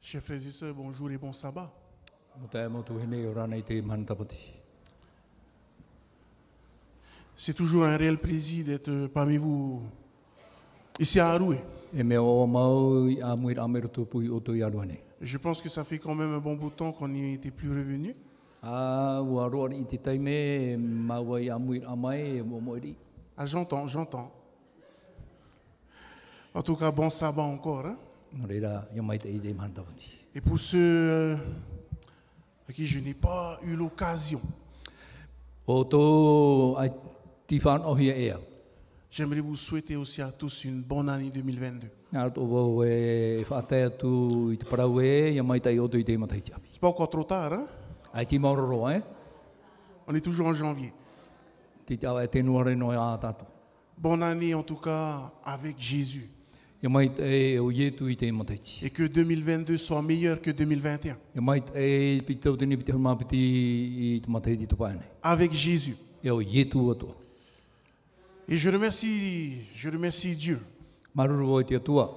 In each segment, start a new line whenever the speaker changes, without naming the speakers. Chers frères et sœurs, bonjour et bon sabbat.
무다야모도 회네 요란에 대해 만다버디
C'est toujours un réel plaisir d'être parmi vous ici à Aroué.
에메오 마오 아무일 아메르토 부이 오토 야루하네
Je pense que ça fait quand même un bon bout de temps qu'on n'y était plus revenu.
아 와로안 이티타이메 마와이 아무일 아마에 모모리
Ah, j'entends, j'entends. En tout cas, bon sabbat encore. hein.
레라 요마이테 이데 만다버디
Et pour ceux euh, à qui je n'ai pas eu l'occasion,
오토 아티판 오히야 에야
j'aimerais vous souhaiter aussi à tous une bonne année 2022.
나르토 오웨 파타야투 이트파라웨 요마이테 오토 이데 마타이자비
C'est pas encore trop tard. hein.
아티마로로에
On est toujours en janvier.
티자와 에테누아레 노야 타투
Bonne année en tout cas avec Jésus.
요마이테 오예투 이데 마타이치
Et que 2022 soit meilleur que 2021.
Yamait e pitau tini piti horma piti i tumatei di tupaene.
Avec Jésus.
Eo yetu atua.
Et je remercie, je remercie Dieu
Maruru voi te atua.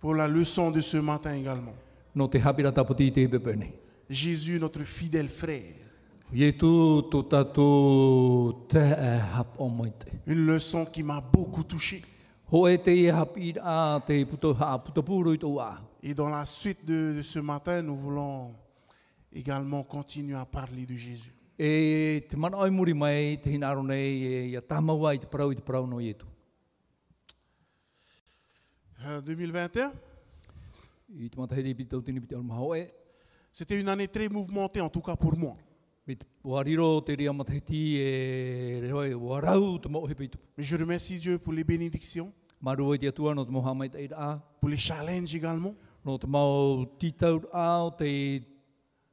pour la leçon de ce matin également.
No te hapira tapoti te pepene.
Jésus, notre fidèle frère.
Yetu tu tatu te e hap omoite.
Une leçon qui m'a beaucoup touché.
Ho e te e hap i a te puto ha putapuru i tua.
Et dans la suite de, de ce matin, nous voulons également continuer à parler de Jésus.
E te mana oi muri mai te hinaro nei e ia tamaua i te parau i te parau no yetu.
Euh, 2021,
I tumatei di pitau tini piti horma hoe.
c'était une année très mouvementée, en tout cas pour moi.
Mit wariro te ria matahiti e rehoi warau te mohe pitu.
Mais je remercie Dieu pour les bénédictions,
Maru voi te atua no te moha mai te ira.
pour les challenges également,
No te mau titau au te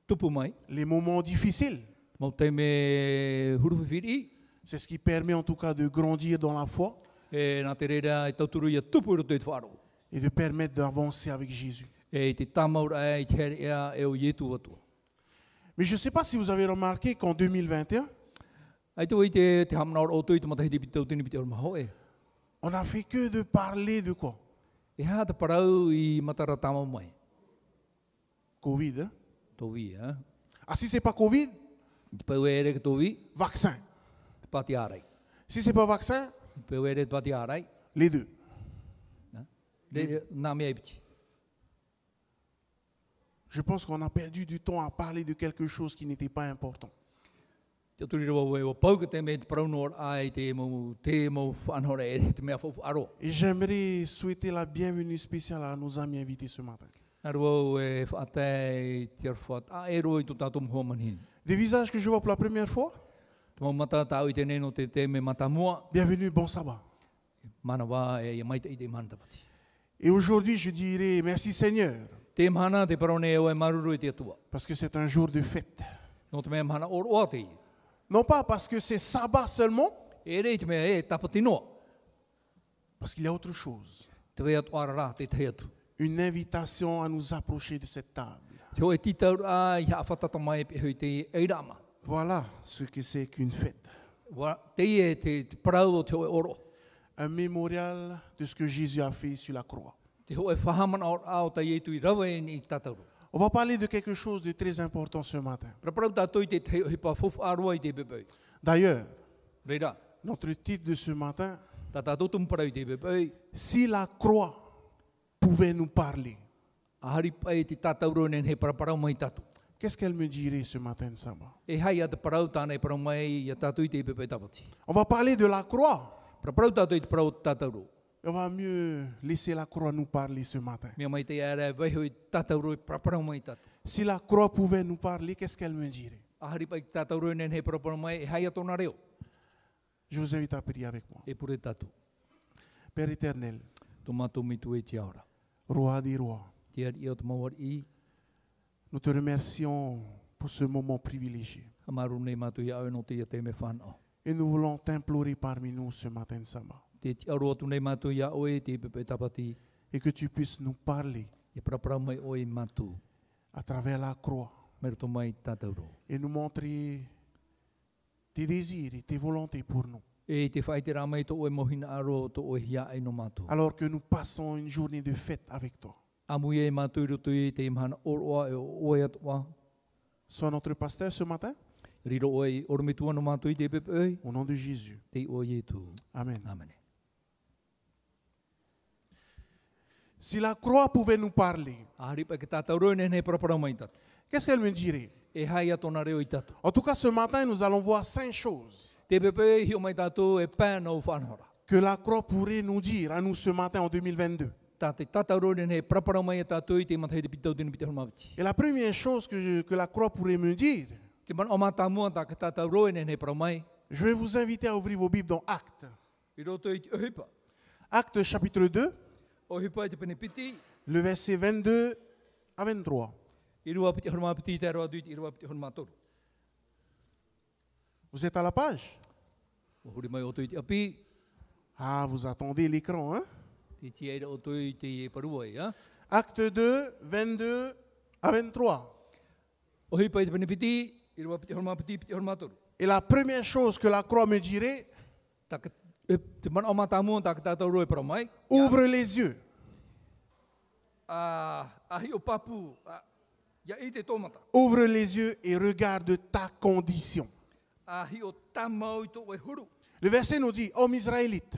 tupu mai.
les moments difficiles.
Mau te me huru whiwhiri.
C'est ce qui permet en tout cas de grandir dans la foi
E nā te reira e tauturu ia tupu roto i te whāro.
et de permettre d'avancer avec Jésus.
E i te tamaura e i te here ea e o ietu atua.
Mais je ne sais pas si vous avez remarqué qu'en 2021,
Ai tō i te te hamanaora o tō i te matahiti piti tau tini piti ora maho e.
on n'a fait que de parler de quoi
E hā te parau i matara tama mai.
Covid. hein?
Tō vi, ha?
Ah, si ce n'est pas Covid,
eh? I te pau e ere ki tō vi,
vaccin.
te pāti ārai.
Si ce n'est pas vaccin,
I te pau e ere te pāti ārai.
les deux.
Nā? Le- Nā mea i piti.
Je pense qu'on a perdu du temps à parler de quelque chose qui n'était pas important.
Te aturi rawa wei o pau ka te me te parau noa ai te mau te mau whanhora e te mea whawhu aro.
Et j'aimerais souhaiter la bienvenue spéciale à nos amis invités ce matin.
Nā rawa e whaatai te arwhat a e roi tō tātou mhoa manhin.
Des visages que je vois pour la première fois,
Te mau mata tāu i te neno te te me mata mua,
bienvenue, bon sabbat.
mana wā e ia maita i te mahana tapati.
Et aujourd'hui, je dirais merci Seigneur,
Te mahana te parone e oe maruru i te atua.
parce que c'est un jour de fête.
Nō te mea mahana oro oa te i.
Non pas parce que c'est sabbat seulement,
E rei te mea e tapati noa.
parce qu'il y a autre chose.
Te wea tu ara rā te te atu.
Une invitation à nous approcher de cette table.
Te hoe titaur a i haa whatata mai pe hui te eirama.
Voilà ce que c'est qu'une fête.
Wa te i e te, te parau o te hoe oro.
Un mémorial de ce que Jésus a fait sur la croix.
Te hoe whahamana o ao ta ietu i rawa e ni tatauru.
On va parler de quelque chose de très important ce matin.
Praparau tātou i te te he pā fofu arua i te bebeu.
D'ailleurs,
Reira,
notre titre de ce matin,
tā tātou tumparau i te bebeu,
Si la croix pouvait nous parler,
ahari pai te tātauro nen he paraparau mai tātou.
qu'est-ce qu'elle me dirait ce matin de sabbat
E hai a te parau tāna i parau mai i a tātou i te bebeu tāpati.
On va parler de la croix.
Praparau tātou i te parau tātauro.
On va mieux laisser la croix nous parler ce matin.
Mea mai te ara vaiho i tātauro i paraparau mai tātou.
Si la croix pouvait nous parler, qu'est-ce qu'elle me dirait
Ahari pai te tātauro nen he paraparau mai e hai a tōna reo.
Je vous invite à prier avec moi.
E pure tātou.
Père éternel,
Tō mātou mitu e te aura.
roi des rois,
Te ari i o te mawar i.
nous te remercions pour ce moment privilégié.
Amaru nei mātou i au no te ia te me whanau.
Et nous voulons t'implorer parmi nous ce matin de sabbat.
Te ti aro atu nei mātou ia oe te pepe tapati
Et que tu puisses nous parler
e parapara mai oe mātou.
à travers la croix
Meru tō mai tātauro.
et nous montrer tes désirs et tes volontés pour nous.
E te whai te rā mai tō oe mohina aro tō oe hia ai no mātou.
Alors que nous passons une journée de fête avec toi.
amuye ma tuiru tui te imhan orwa e oe atwa.
Sois notre pasteur ce matin,
Riro oe i ormitua no mātui te pep oe,
au nom de Jésus.
te oe tu.
Amen.
Amen.
Si la croix pouvait nous parler,
Aharipa ki tātou roi nene parapara e mai tatu.
qu'est-ce qu'elle me dirait
E hai atona reo i tatu.
En tout cas, ce matin, nous allons voir cinq choses
Te pep oe hio mai tātou e pēna o whanhora.
que la croix pourrait nous dire à nous ce matin en 2022.
Tā te tātou roi nene parapara mai e tātou i te matahei te pitau tēnu pitau mawiti.
Et la première chose que, je- que la croix pourrait me dire,
Te man o mātā mua tā e ki tātou roi nene paramai,
je vais vous inviter à ouvrir vos Bibles dans Actes.
i roto i te ohipa.
Actes chapitre 2,
Ohipa i te pene piti,
le verset 22 à 23.
i rua piti horma piti, te roa duit, i rua piti horma toru.
Vous êtes à la page
O huri mai o tui te api,
Ah, vous attendez l'écran, hein
te tiaira o tui te parua i, ha?
Acte 2, 22 à 23.
O hei pai te pene piti, i rua piti horma piti, piti horma toru.
Et la première chose que la croix me dirait,
Ta ka- e, te mana o mata mua, ta ka tātou roe para mai.
ouvre les yeux.
A, ahi o papu, a, ia i te tōmata.
Ouvre les yeux et regarde ta condition.
Ahi o tamau i tō e huru.
Le verset nous dit, hommes israélites,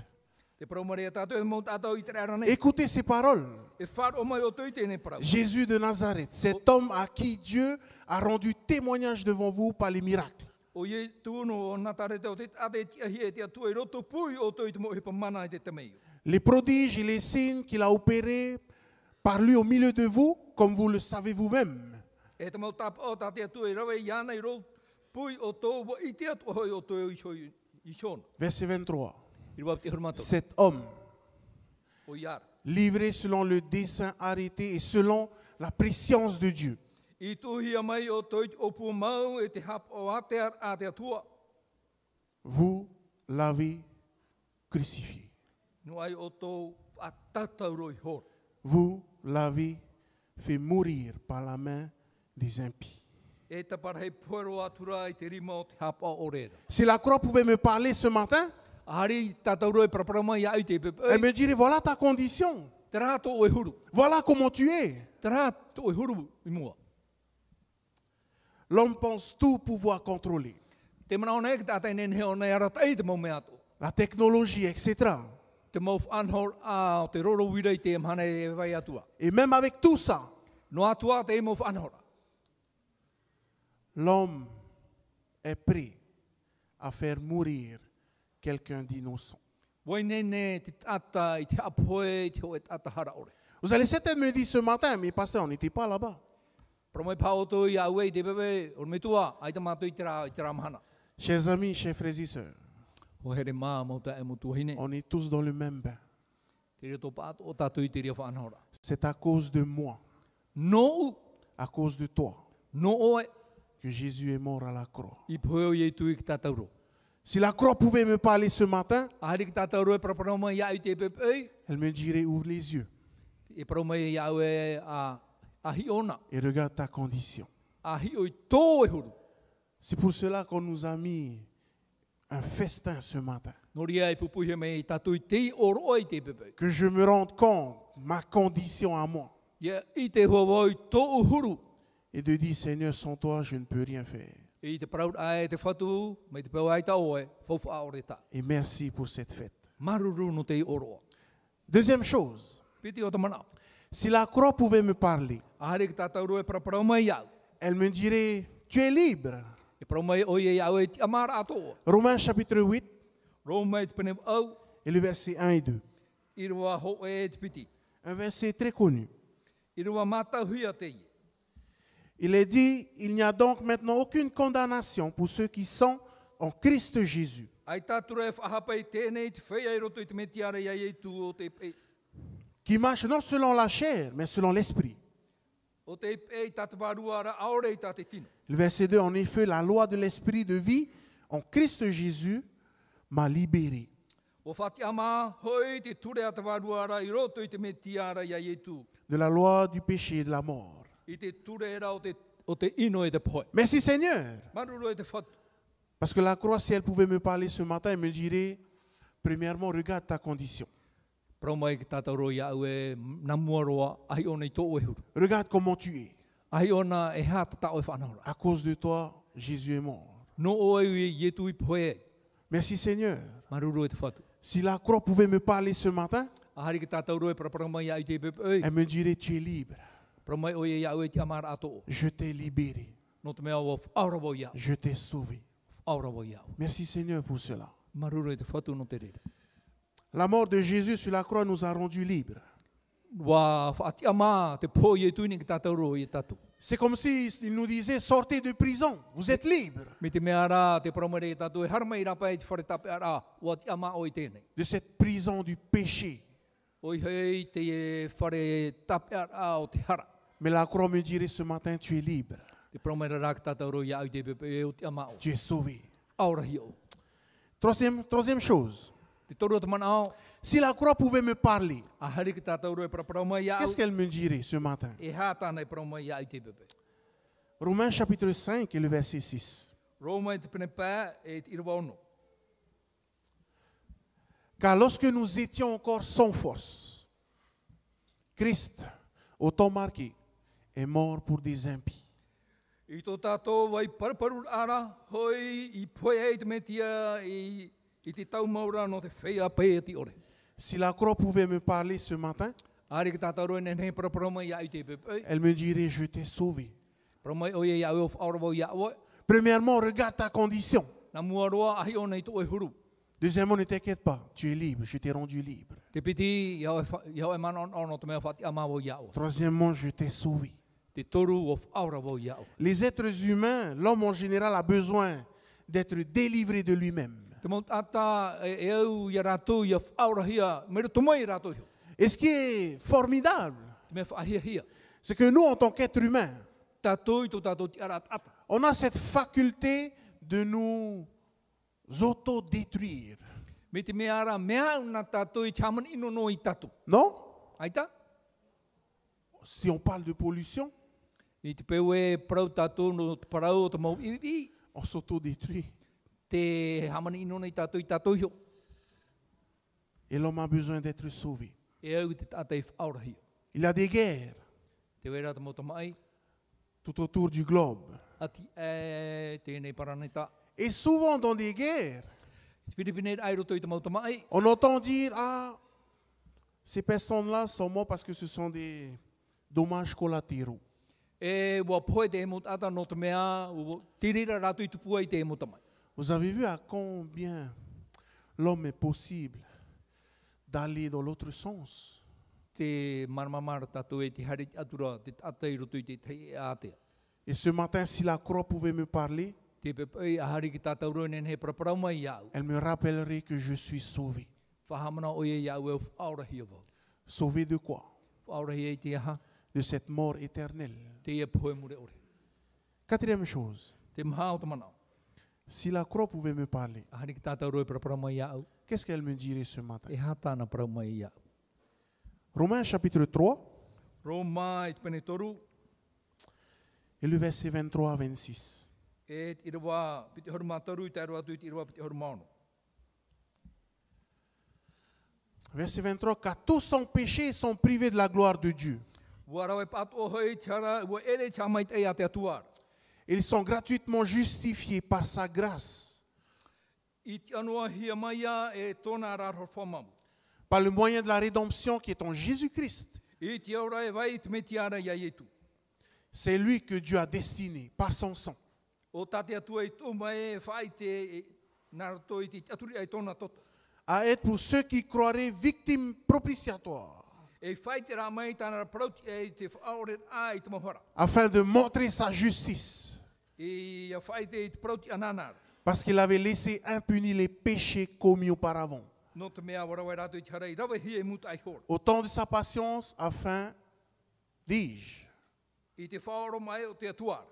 Te parau marea tātou e mau tātou i te rāra nei.
écoutez ces paroles.
E whāro o mai o tui tēnei parau.
Jésus de Nazareth, cet homme à qui Dieu a rendu témoignage devant vous par les miracles,
O ie tūno o natarete o te ate tia hi e tia tua i roto pui o tui te mo hipa mana i te tamei.
les prodiges et les signes qu'il a opérés par lui au milieu de vous, comme vous le savez vous-même.
E te mau tāpa o tā tia tua i rawe i ana i roto pui o tō wa i tia tua hoi o tui o i shoi i shona.
Verset 23.
I rua piti hurmato
Cet homme,
o iara.
livré selon le dessein arrêté et selon la préscience de Dieu,
I tuhi a mai o toi o pu mau e te hap o atea a te atua.
vous l'avez crucifié.
No ai o tō a tatau roi hor.
Vous l'avez fait mourir par la main des impies.
E te parhei puero atura i te rima o te hap o orera.
Si la croix pouvait me parler ce matin,
Ahari tatau roi praparama i au te
elle
pepe.
me dirait, voilà ta condition,
Te rā tō o e huru.
voilà comment tu es.
Te rā tō e huru i mua.
L'homme pense tout pouvoir contrôler,
Te mana ona e ki tātai nene heo nei ara tai te mau mea tō.
la technologie, etc.
Te mau whanhor a o te roro wira i te mhana e vai atua.
Et même avec tout ça,
No atua te mau whanhora.
l'homme est prêt à faire mourir quelqu'un d'innocent.
Wai nene te tata i te apoe i te hoe tata hara ore.
Vous allez certainement me dire ce matin, mais pasteur, on n'était pas là-bas.
Promoi pāoto i au e te pepe, o me tua, ai te mātou i te rā, i te rā mahana.
Chers amis, chers frères et sœurs,
O here mā mauta e motua hine,
on est tous dans le même bain.
te reo tō pāto o tātou i te reo whanahora.
C'est à cause de moi,
No u,
à cause de toi,
no oe,
que Jésus est mort à la croix.
i poeo i e tui ki tātauro.
Si la croix pouvait me parler ce matin,
Ahari ki tātauro e praparama i au te pepe,
elle me dirait ouvre les yeux
e prauma i au e a, ahi ona,
et regarde ta condition.
ahi o i tō e huru.
C'est pour cela qu'on nous a mis un festin ce matin.
Noria e pupuhe me i tātou i te oro oe i te pepe.
Que je me rende compte, ma condition à moi,
Ia i te hua wau i tō u huru.
et de dire Seigneur, sans toi, je ne peux rien faire.
E I te paraut ai te whatu, me te peo ai tā oe, faufa ore tā.
Et merci pour cette fête.
Maruru no te oroa.
Deuxième chose,
Piti o te mana.
si la croix pouvait me parler,
Ahare ki tātou roe paraparau mai iau.
elle me dirait Tu es libre.
E parau mai oia iau e ti amara ato.
Romains chapitre 8
Rau mai te pene au,
et le verset 1 et 2.
i rua ho e te piti.
Un verset très connu.
I rua mata huia te i.
Il est dit, il n'y a donc maintenant aucune condamnation pour ceux qui sont en Christ Jésus.
Ai tātou roe whahapa i tēnei te whea i roto i te metiara i ai e tū o te pei.
qui marche non selon la chair, mais selon l'esprit.
O te pei tatavarua ara aore i tāte tino.
Le verset 2, en effet, la loi de l'esprit de vie en Christ Jésus m'a libéré.
O whati ama hoi te ture atavarua ara i roto i te metiara i ai e tū.
De la loi du péché et de la mort.
I te ture era o te, o te ino e te poe.
Merci Seigneur.
Maruru e te whatu.
Parce que la croix, si elle pouvait me parler ce matin, elle me dirait, premièrement, regarde ta condition.
Praumai ki tātou roi au e namua roa, ai ona i tō e huru.
Regarde comment tu es.
Ai ona e hā tata o e whanahora.
À cause de toi, Jésus est mort.
No o e ui e tui poe,
Merci Seigneur.
maruru e te whatu.
Si la croix pouvait me parler ce matin,
Ahari ki tātou roi para praumai ai te pepe oi.
elle me dirait tu es libre.
Praumai o e au e te amara ato o.
Je t'ai libéré.
No te mea o whaarawo iau,
Je t'ai sauvé.
whaarawo iau.
Merci Seigneur pour cela.
Maruru e te whatu no te rere.
La mort de Jésus sur la croix nous a rendus libres.
Wa whaati amā te poe e tui ni ki tātou roi e tatu.
C'est comme s'il nous disait sortez de prison, vous êtes libres
Me te mea rā, te praumere i tātou e harma i rapa e te wharetape a rā, o te ama o i tēnei.
de cette prison du péché.
Oi hei te e whare tape a rā o te hara.
Mais la croix me dirait ce matin tu es libre,
Te praumere rā ki tātou roi au te pepe e o te ama o.
tu es sauvé.
Aorahi o.
Troisième, troisième chose,
Te toru o te mana ao,
si la croix pouvait me parler,
a hari ki tātou roi para praumai au.
qu'est-ce qu'elle me dirait ce matin
E hā tāna e praumai au te pepe.
Romains chapitre 5 et le verset 6.
Rōma e te pene pā e te irawa ono.
Car lorsque nous étions encore sans force, Christ, au temps marqué, est mort pour des impies.
I tō tātou wai paraparu ara, hoi i poe e te metia i, i te tau maura no te whea pē e te ore.
Si la croix pouvait me parler ce matin,
Ari ki tātou roi nenei paraparama i au te pepe.
elle me dirait, je t'ai sauvé.
Paramai o ia e au of auravo ia o.
Premièrement, regarde ta condition.
Na mua roa ahi o nei tō e huru.
Deuxièmement, ne t'inquiète pas, tu es libre, je t'ai rendu libre.
Te piti iau e, wha- iau e mana on ono te mea whati amawo ia o.
Troisièmement, je t'ai sauvé.
Te toru of auravo ia o.
Les êtres humains, l'homme en général a besoin d'être délivré de lui-même.
Te mau tata e, e au ia rātou ia whaurahia, mero tomai i rātou hiu.
Et ce qui est formidable,
Te mea whaahia hia.
c'est que nous, en tant qu'êtres humains,
Tātou i tō tātou ti ara tata.
on a cette faculté de nous autodétruire.
Me te mea ara mea una tātou i chaman ino no i tātou.
Non
Aita?
Si on parle de pollution,
I te peu e parau tātou no parau o te mau i, i
on s'autodétruit.
te haman ino nei tātou i tātou hiu.
Et l'homme a besoin d'être sauvé.
E au i te tātou i whaurahia.
Il y a des guerres
Te wera te mota mai,
tout autour du globe.
ati e tēnei paraneta.
Et souvent dans des guerres,
Te Filipine ai roto i te mota mai,
on entend dire, ah, ces personnes-là sont mortes parce que ce sont des dommages collatéraux.
e wā poe te emot ata no te mea, ua tirira rātou i tupua i te emota mai.
Vous avez vu à combien l'homme est possible d'aller dans l'autre sens.
Te maramamara tātou e te harit atura, te tata i roto i te tei e ātea.
Et ce matin, si la croix pouvait me parler,
Te pepei a hari ki tātou roi nen he praparau mai i au.
elle me rappellerait que je suis sauvé.
Whahamana o e i au e whaorahi o vau.
Sauvé de quoi
Whaorahi e te aha,
De cette mort éternelle.
te e poe mure ore.
Quatrième chose,
Te maha o te manao,
si la croix pouvait me parler,
a hari ki tātou roi praparau mai i au,
qu'est-ce qu'elle me dirait ce matin
e hātāna parau mai i au.
Romains chapitre 3
Roma i te pene toru,
et le verset 23 à 26.
e te irawa piti horma toru i te arua tu i te irawa piti horma ono.
Verset 23, car tous ont péché et sont privés de la gloire de Dieu.
Ua rawe pato o hoi te ara, ua ere tia mai te ea te atuara.
Ils sont gratuitement justifiés par sa grâce,
I te anua hia mai a e tōna ara rorwhamamu.
par le moyen de la rédemption qui est en Jésus-Christ.
I te aura e vai te me te ara e ia ietu.
C'est lui que Dieu a destiné par son sang.
O tate atua i tō mai e whai te e, nara tō i te aturi ai tōna toto.
à être pour ceux qui croiraient victimes propitiatoires,
E whai te rā mai tāna prauti e te whaore a i te mahora.
afin de montrer sa justice,
I a whai te i te prauti ananara.
parce qu'il avait laissé impunis les péchés commis auparavant,
No te mea warawai rātou i te ara i rawe hi e muta ai hora.
au temps de sa patience, afin, dis-je,
I te whaoro mai o te atuara.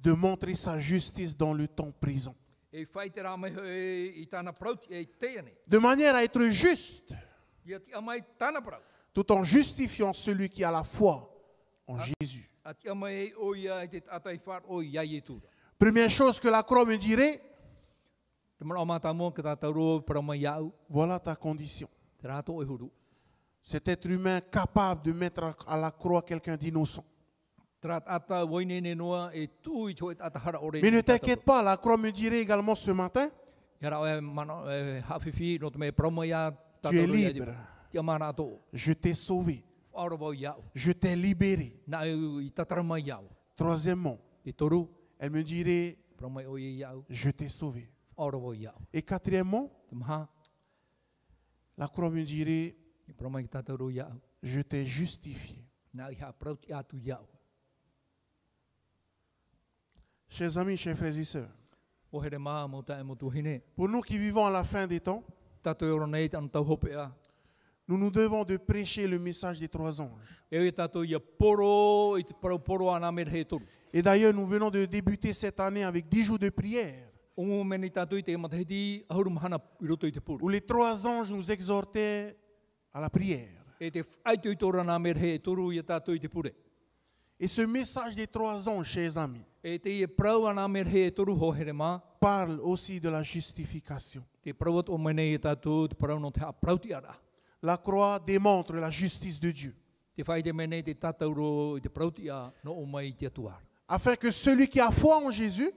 de montrer sa justice dans le temps présent,
E whai te rā mai e, i tāna prauti e teane.
de manière à être juste,
Ia te amai tāna prauti.
tout en justifiant celui qui a la foi en Jésus.
Ati ama e o ia e te atai whar o ia i e tūra.
Première chose que la croix me dirait,
Te mara o mātā mō ki tātou rō para mai au,
voilà ta condition.
te rātou e huru.
Cet être humain capable de mettre à la croix quelqu'un d'innocent.
Trat ata woine ne noa e tui cho e ata hara ore.
Mais ne t'inquiète pas, la croix me dirait également ce matin,
Yara oe mano e hafifi no te me promo ia.
Tu es libre.
Tia mana ato.
je t'ai sauvé,
Ora vau iau.
je t'ai libéré.
Na e i tatarama iau.
Troisièmement,
Te toru.
elle me dirait,
Promo e oe iau.
je t'ai sauvé.
Ora vau iau.
Et quatrièmement,
Te maha.
la croix me dirait,
I promo i tataru iau.
je t'ai justifié.
Na i ha prau ti atu iau.
Chers amis, chers frères et sœurs,
O here maa mo ta e motu hine.
pour nous qui vivons à la fin des temps,
Tatu e ora nei tan tau hope a.
nous nous devons de prêcher le message des trois anges.
E oe tatu ia poro i te prau poro ana me he toru.
Et d'ailleurs, nous venons de débuter cette année avec dix jours de prière,
Ongo meni tatu i te matahiti ahuru mahana i roto i te puru.
où les trois anges nous exhortaient à la prière.
E te aitu i tōra nā mera he toru i tātou i te pure.
Et ce message des trois anges, chers amis,
E te e prau anā mera he toru ho here mā,
parle aussi de la justification.
te prau at o mene i tātou, te prau no te aprau ti ara.
La croix démontre la justice de Dieu,
Te whai te mene te tātou ro i te prau ti a no o mai i te atuar.
afin que celui qui a foi en Jésus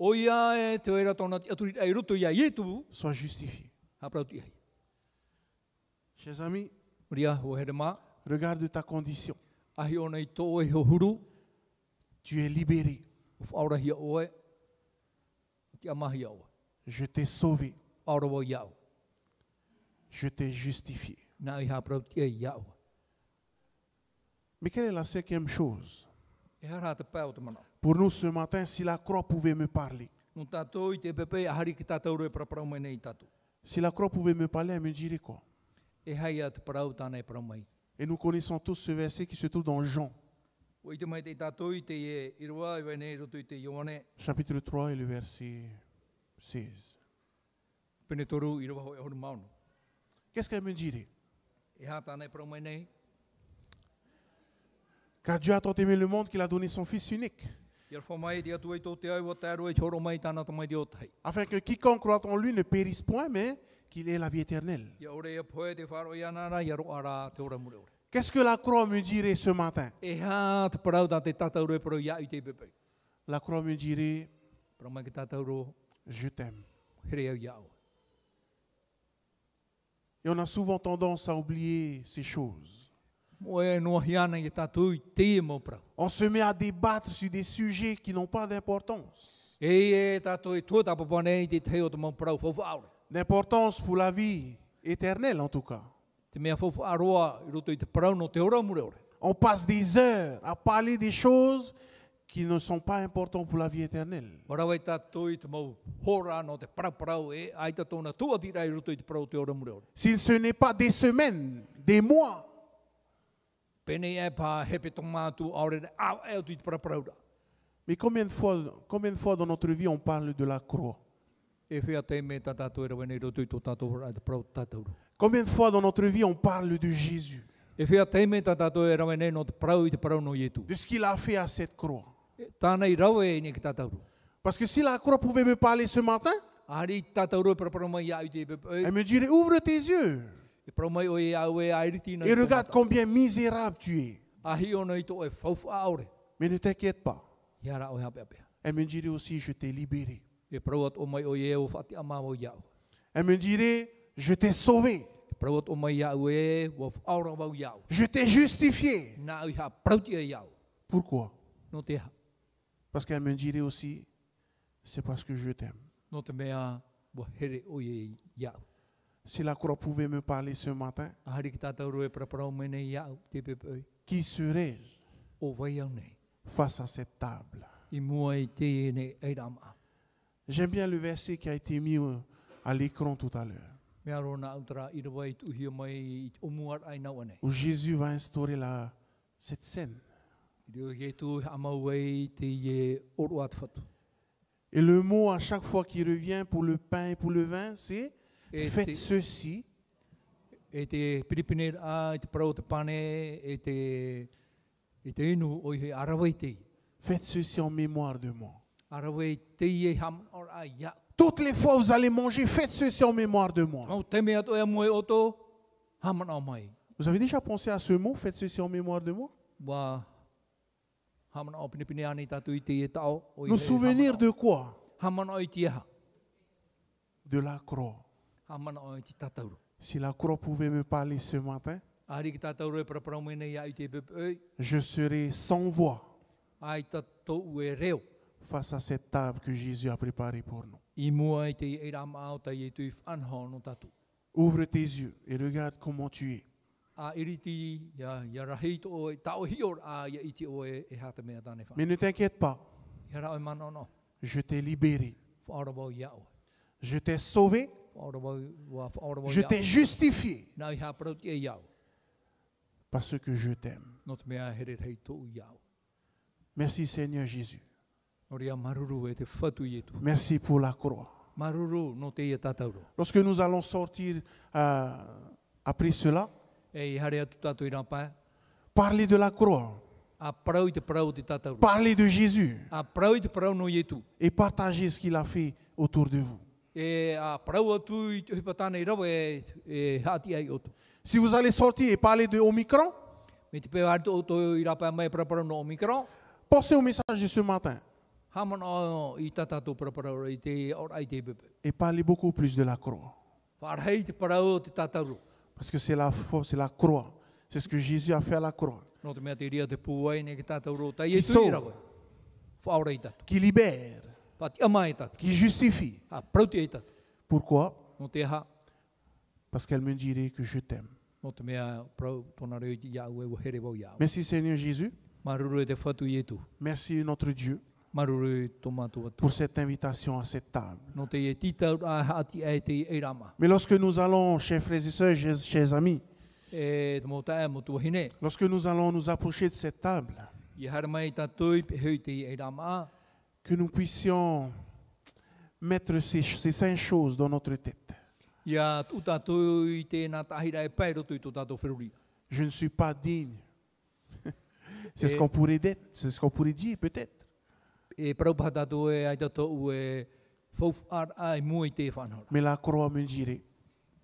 O ia e te oera tōna ti aturi ai roto ia i tu,
soit justifié.
ha prau ti ai.
Chers amis,
Ria ho here mā,
regarde ta condition.
ahi ona i tō e ho huru,
Tu es libéré,
o whaura hia oe, te amahi oe,
je t'ai sauvé,
aura wo iau,
je t'ai justifié.
nā i ha prau ti ai iau.
Mais quelle est la cinquième chose
E hara te pēo te mana.
pour nous ce matin si la croix pouvait me parler
Nō tātou i te pepe ahari ki tātou roe praparau mai nei tātou.
Si la croix pouvait me parler, elle me dirait quoi
E hai a te parau tānei parau mai.
Et nous connaissons tous ce verset qui se trouve dans Jean,
O i te mai te tātou i te e irua i wai nei roto i te ione.
chapitre 3 et le verset 16.
Pene toru i rua hoi ahuru maunu.
Qu'est-ce qu'elle me dirait
E hā tānei parau mai nei.
Car Dieu a tant aimé le monde qu'il a donné son Fils unique,
I arwha mai te atu e tō te au o tāru e choro mai tāna tamai te o tai.
afin que quiconque croit en lui ne périsse point, mais qu'il ait la vie éternelle.
I ore e poe te wharo i anara i aro ara te ora mure ore.
Qu'est-ce que la croix me dirait ce matin
E hā te parau tā te tātou roe parau ia i te pepe.
La croix me dirait,
Parau mai ki tātou ro
je t'aime.
here au iau.
Et on a souvent tendance à oublier ces choses.
Mo e noa hiana i tātou i te e mō parau.
On se met à débattre sur des sujets qui n'ont pas d'importance.
E e tātou e tō tāpapa nei te teo te mō parau fōfu aure.
D'importance pour la vie éternelle en tout cas.
Te mea fōfu aroa i roto i te parau no te ora mure ore.
On passe des heures à parler des choses qui ne sont pas importantes pour la vie éternelle.
Marawa i tātou i te mau hora no te paraparau e aita tōna tua tira i roto i te parau te ora mure ore.
Si ce n'est pas des semaines, des mois,
Pene e pā hepe tō mātu aore re au e atu i te paraparau ra.
mais combien de fois, combien de fois dans notre vie on parle de la croix
E whia te me tā tātou e rawa nei roto i tō tātou hora i te parau tātou ra.
Combien de fois dans notre vie on parle de Jésus,
E whia te me tā tātou e rawa nei no te parau i te parau no ietu.
de ce qu'il a fait à cette croix
E Tāna i rawa e ni ki tātou ro.
Parce que si la croix pouvait me parler ce matin,
Ahari i tātou ro e paraparau mai ia i te
elle
pepe.
me dirait ouvre tes yeux
E parau mai o e au e airiti na. i
et
tō
regarde
tātou.
combien misérable tu es.
Ahi ono i tō e faufu aore.
Mais ne t'inquiète pas,
Ia ra o e hape apea.
elle me dirait aussi je t'ai libéré.
E parau at o mai o e o whati a māmo iau.
Elle me dirait je t'ai sauvé,
Prawat E o mai au e, wa aura wau iau.
je t'ai justifié.
Nā au ha prauti e iau.
Pourquoi
No te ha.
Parce qu'elle me dirait aussi, c'est parce que je t'aime.
No te mea wa here o e iau.
Si la croix pouvait me parler ce matin,
Ahari ki e tātou roe praparau mene iau, te pepe,
qui serais-je
o vai au nei.
face à cette table
I mua i te e ne e rama.
J'aime bien le verset qui a été mis euh, à l'écran tout à l'heure,
Mea rona au tara i rawa i tuhia mai i o muar ai nau anei.
où Jésus va instaurer la, cette scène.
I reo i e tu amau e te e oro at whatu.
Et le mot à chaque fois qui revient pour le pain et pour le vin, c'est
Et
faites
t'es-
ceci
E te piripine a, i te parau te pane, e te, e te inu o i he arawa i te i.
Faites ceci en mémoire de moi.
Arawe te ie ham or a ia.
Toutes les fois où vous allez manger, faites ceci en mémoire de moi.
Mau te mea toi moe oto haman au mai.
Vous avez déjà pensé à ce mot Faites ceci en mémoire de moi.
Wa haman o pinipiniani tatu i te e tau. o i
Nous
he
souvenir
haman o-
de quoi
Haman o i te aha.
De la croix.
Haman o i te tatauru.
Si la croix pouvait me parler ce matin,
Ari ki tatauru e paraparau mene ia i te pepei.
je serais sans voix
Ai tatou e reo.
face à cette table que Jésus a préparée pour nous.
I mua i te e rama au tai e tui whanhao no tatu.
Ouvre tes yeux et regarde comment tu es.
A iriti ia, ia rahi to o e tau hior a ia iti o e, e hata mea tane wha.
Mais ne t'inquiète pas,
Ia rao e mana no.
je t'ai libéré,
Whaorabau ia o.
je t'ai sauvé,
Whaorabau wa whaorabau
je
ia
t'ai
o.
justifié
Nau i haparau te ia o.
parce que je t'aime.
No te mea here rei tōu ia o.
Merci Seigneur Jésus.
No rea maruru e te whatu i etu.
Merci pour la croix.
Maruru no te ia tatauro.
Lorsque nous allons sortir euh, après cela,
E i hare atu tatu i rapa.
parler de la croix,
A parau i te parau te tatauro.
parler de Jésus
A parau i te parau no i etu.
et partager ce qu'il a fait autour de vous.
E a parau atu i te hipatane i rawa e, e hati ai otu.
Si vous allez sortir et parler de Omicron,
Me te peo arto oto i rapa mai paraparau no omikron.
pensez au message de ce matin
Haman o i tatato paraparau i te ora i te pepe.
et parlez beaucoup plus de la croix.
Wharhei te parau o te tatauro.
Parce que c'est la force, c'est la croix. C'est ce que Jésus a fait à la croix.
No te mea te ria te pūai ne ke tatauro. Tai
Ki
e tu i
sauve.
rawa. Whaora i tatu.
Qui libère,
Pati ama e tatu.
qui justifie.
A prauti e tatu.
Pourquoi
No te ha,
Parce qu'elle me dirait que je t'aime.
no te mea prau tōna reo i te iau e wo here wau iau.
Merci Seigneur Jésus.
Maruru e te whatu i etu.
Merci notre Dieu
Maruru e tō mātua tu.
pour cette invitation à cette table.
No te e titau a hati e te e rama.
Mais lorsque nous allons, chers frères et sœurs, chers, chers amis,
E te mōta e motua hine.
lorsque nous allons nous approcher de cette table,
I haramai tatui pe hui te e rama a.
que nous puissions mettre ces, ces cinq choses dans notre tête.
Ia tu tātou i tēnā tahira e pai roto i tō tātou whiruri.
Je ne suis pas digne. c'est ce
Et-
qu'on pourrait dire, c'est ce qu'on pourrait dire peut-être.
E paraupaha tātou e ai tātou e fōf ar ai mua i te whanhora.
Mais la croix me dirait,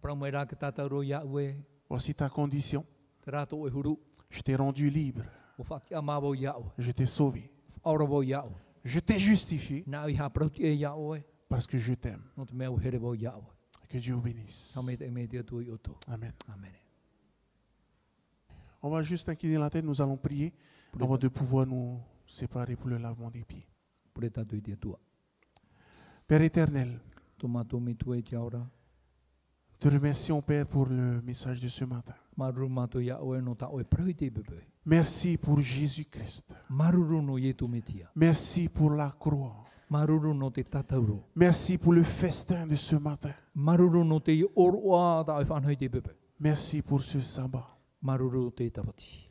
Parau mai rā ki tātou ro ia ue,
voici ta condition,
te rātou e huru,
je t'ai rendu libre,
o whati a māwau ia ue,
je t'ai sauvé,
aurawau ia ue.
je t'ai justifié
Nā i hā parauti e ia ue,
parce que je t'aime.
no te mea o here wau ia ue.
Que Dieu vous bénisse.
Nā me te me te atu i oto.
Amen.
Amen.
On va juste incliner la tête, nous allons prier
Priez.
avant de pouvoir nous séparer pour le lavement des pieds.
Pure tātou i te atua.
Père éternel,
Tō mātou me tu e te aura,
te remercions Père pour le message de ce matin.
maruru mātou ia ue no tā oe parau e i te bebe.
Merci pour Jésus-Christ.
Maruru no i e tu me tia,
Merci pour la croix.
maruru no te tātou ro.
Merci pour le festin de ce matin.
Maruru no te oroa da e whanhoi te pepe.
Merci pour ce sabbat.
Maruru te tawati.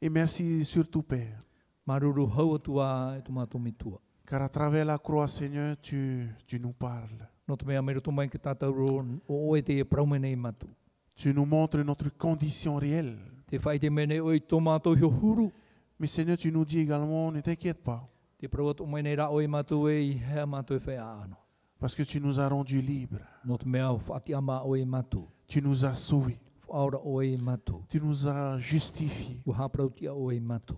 Et merci surtout, Père,
Maruru hau atua e tuma tome tua.
car à travers la croix, Seigneur, tu, tu nous parles.
No te mea mero tumai ki tātauro o oe te e praumene i matu.
Tu nous montres notre condition réelle.
Te whai te mene oe tō tō hio huru.
Mais Seigneur, tu nous dis également, ne t'inquiète pas,
Te praua tō mene ra oe matu e i hea matu e whea ano.
parce que tu nous as rendus libres.
No te mea whati ama oe matu.
Tu nous as sauvés.
Whaora oe matu.
Tu nous as justifiés.
Uha prautia oe matu.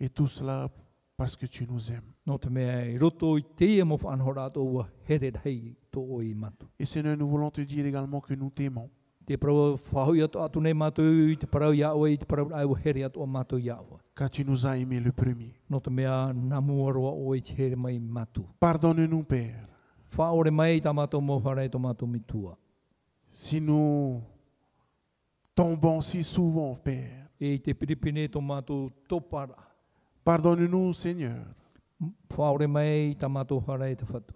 Et tout cela parce que tu nous aimes.
No te mea e roto i te e mo whanhora tō ua here hei tō oe matu.
Et Seigneur, nous voulons te dire également que nous t'aimons.
Te praua whahoi atu atu nei mātou i te parau ia oe, i te parau ai o here atu o mātou ia oe.
car tu nous as aimés le premier.
No te mea namu aroa oe i te here mai mātou.
Pardonne-nous, Père,
Whaore mai tā mātou mōwhara e tō mātou mitua.
si nous tombons si souvent, Père.
E i te piripine tō mātou tōpara.
Pardonne-nous, Seigneur,
Whaore mai tā mātou hara e te whatu.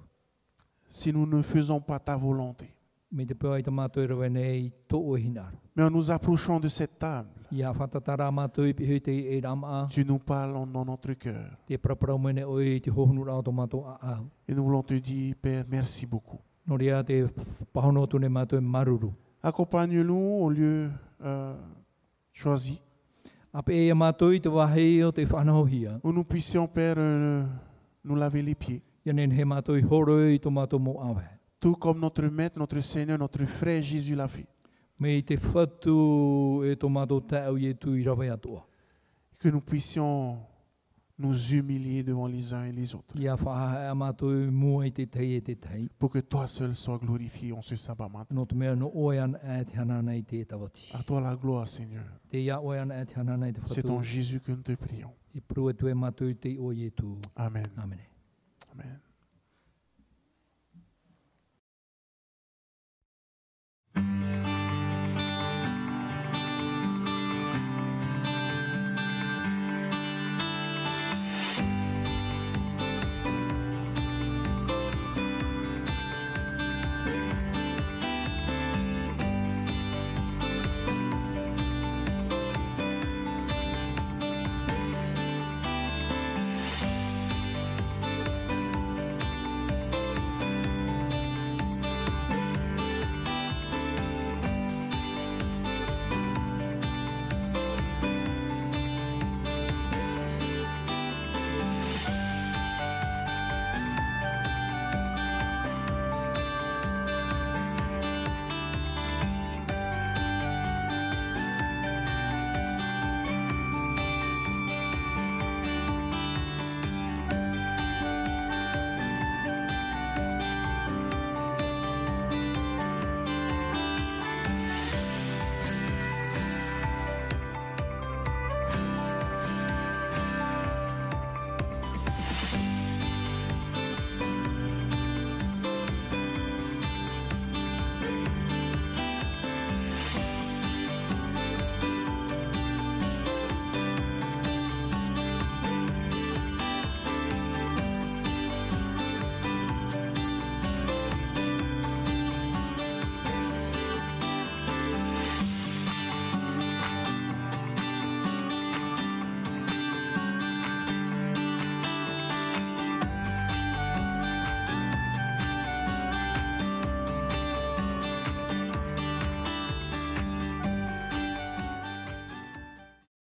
si nous ne faisons pas ta volonté.
Me te pēo ai tā mātou e rawe nei tō o hinaro.
Mais en nous approchant de cette table,
Ia whatatara mātou i pihi te e rama a.
tu nous parles en- dans notre cœur.
Te praparau mene oe i te hohonu rao tō mātou a au.
Et nous voulons te dire, Père, merci beaucoup.
No rea te pahono atu nei mātou e maruru.
Accompagne-nous au lieu euh, choisi,
Ape e mātou i te wahei o te whanahohia.
où nous puissions, Père, euh, nous laver les pieds.
Ia nen he mātou i horo i tō mātou mō awe.
Tout comme notre Maître, notre Seigneur, notre frère Jésus l'a fait.
me i te whatu e tō mātou tāu i e tū i rawe atua.
que nous puissions nous humilier devant les uns et les autres,
Ia whaha a mātou mua i te tei e te tei.
pour que toi seul sois glorifié en ce sabbat matin.
Nō te mea no oean e te hanana i te tawati.
À toi la gloire, Seigneur.
Te ia oean e te hanana i te
C'est en
whatu.
Jésus que nous te prions.
I prua tue mātou i te o i e tū.
Amen.
Āmene.
Amen.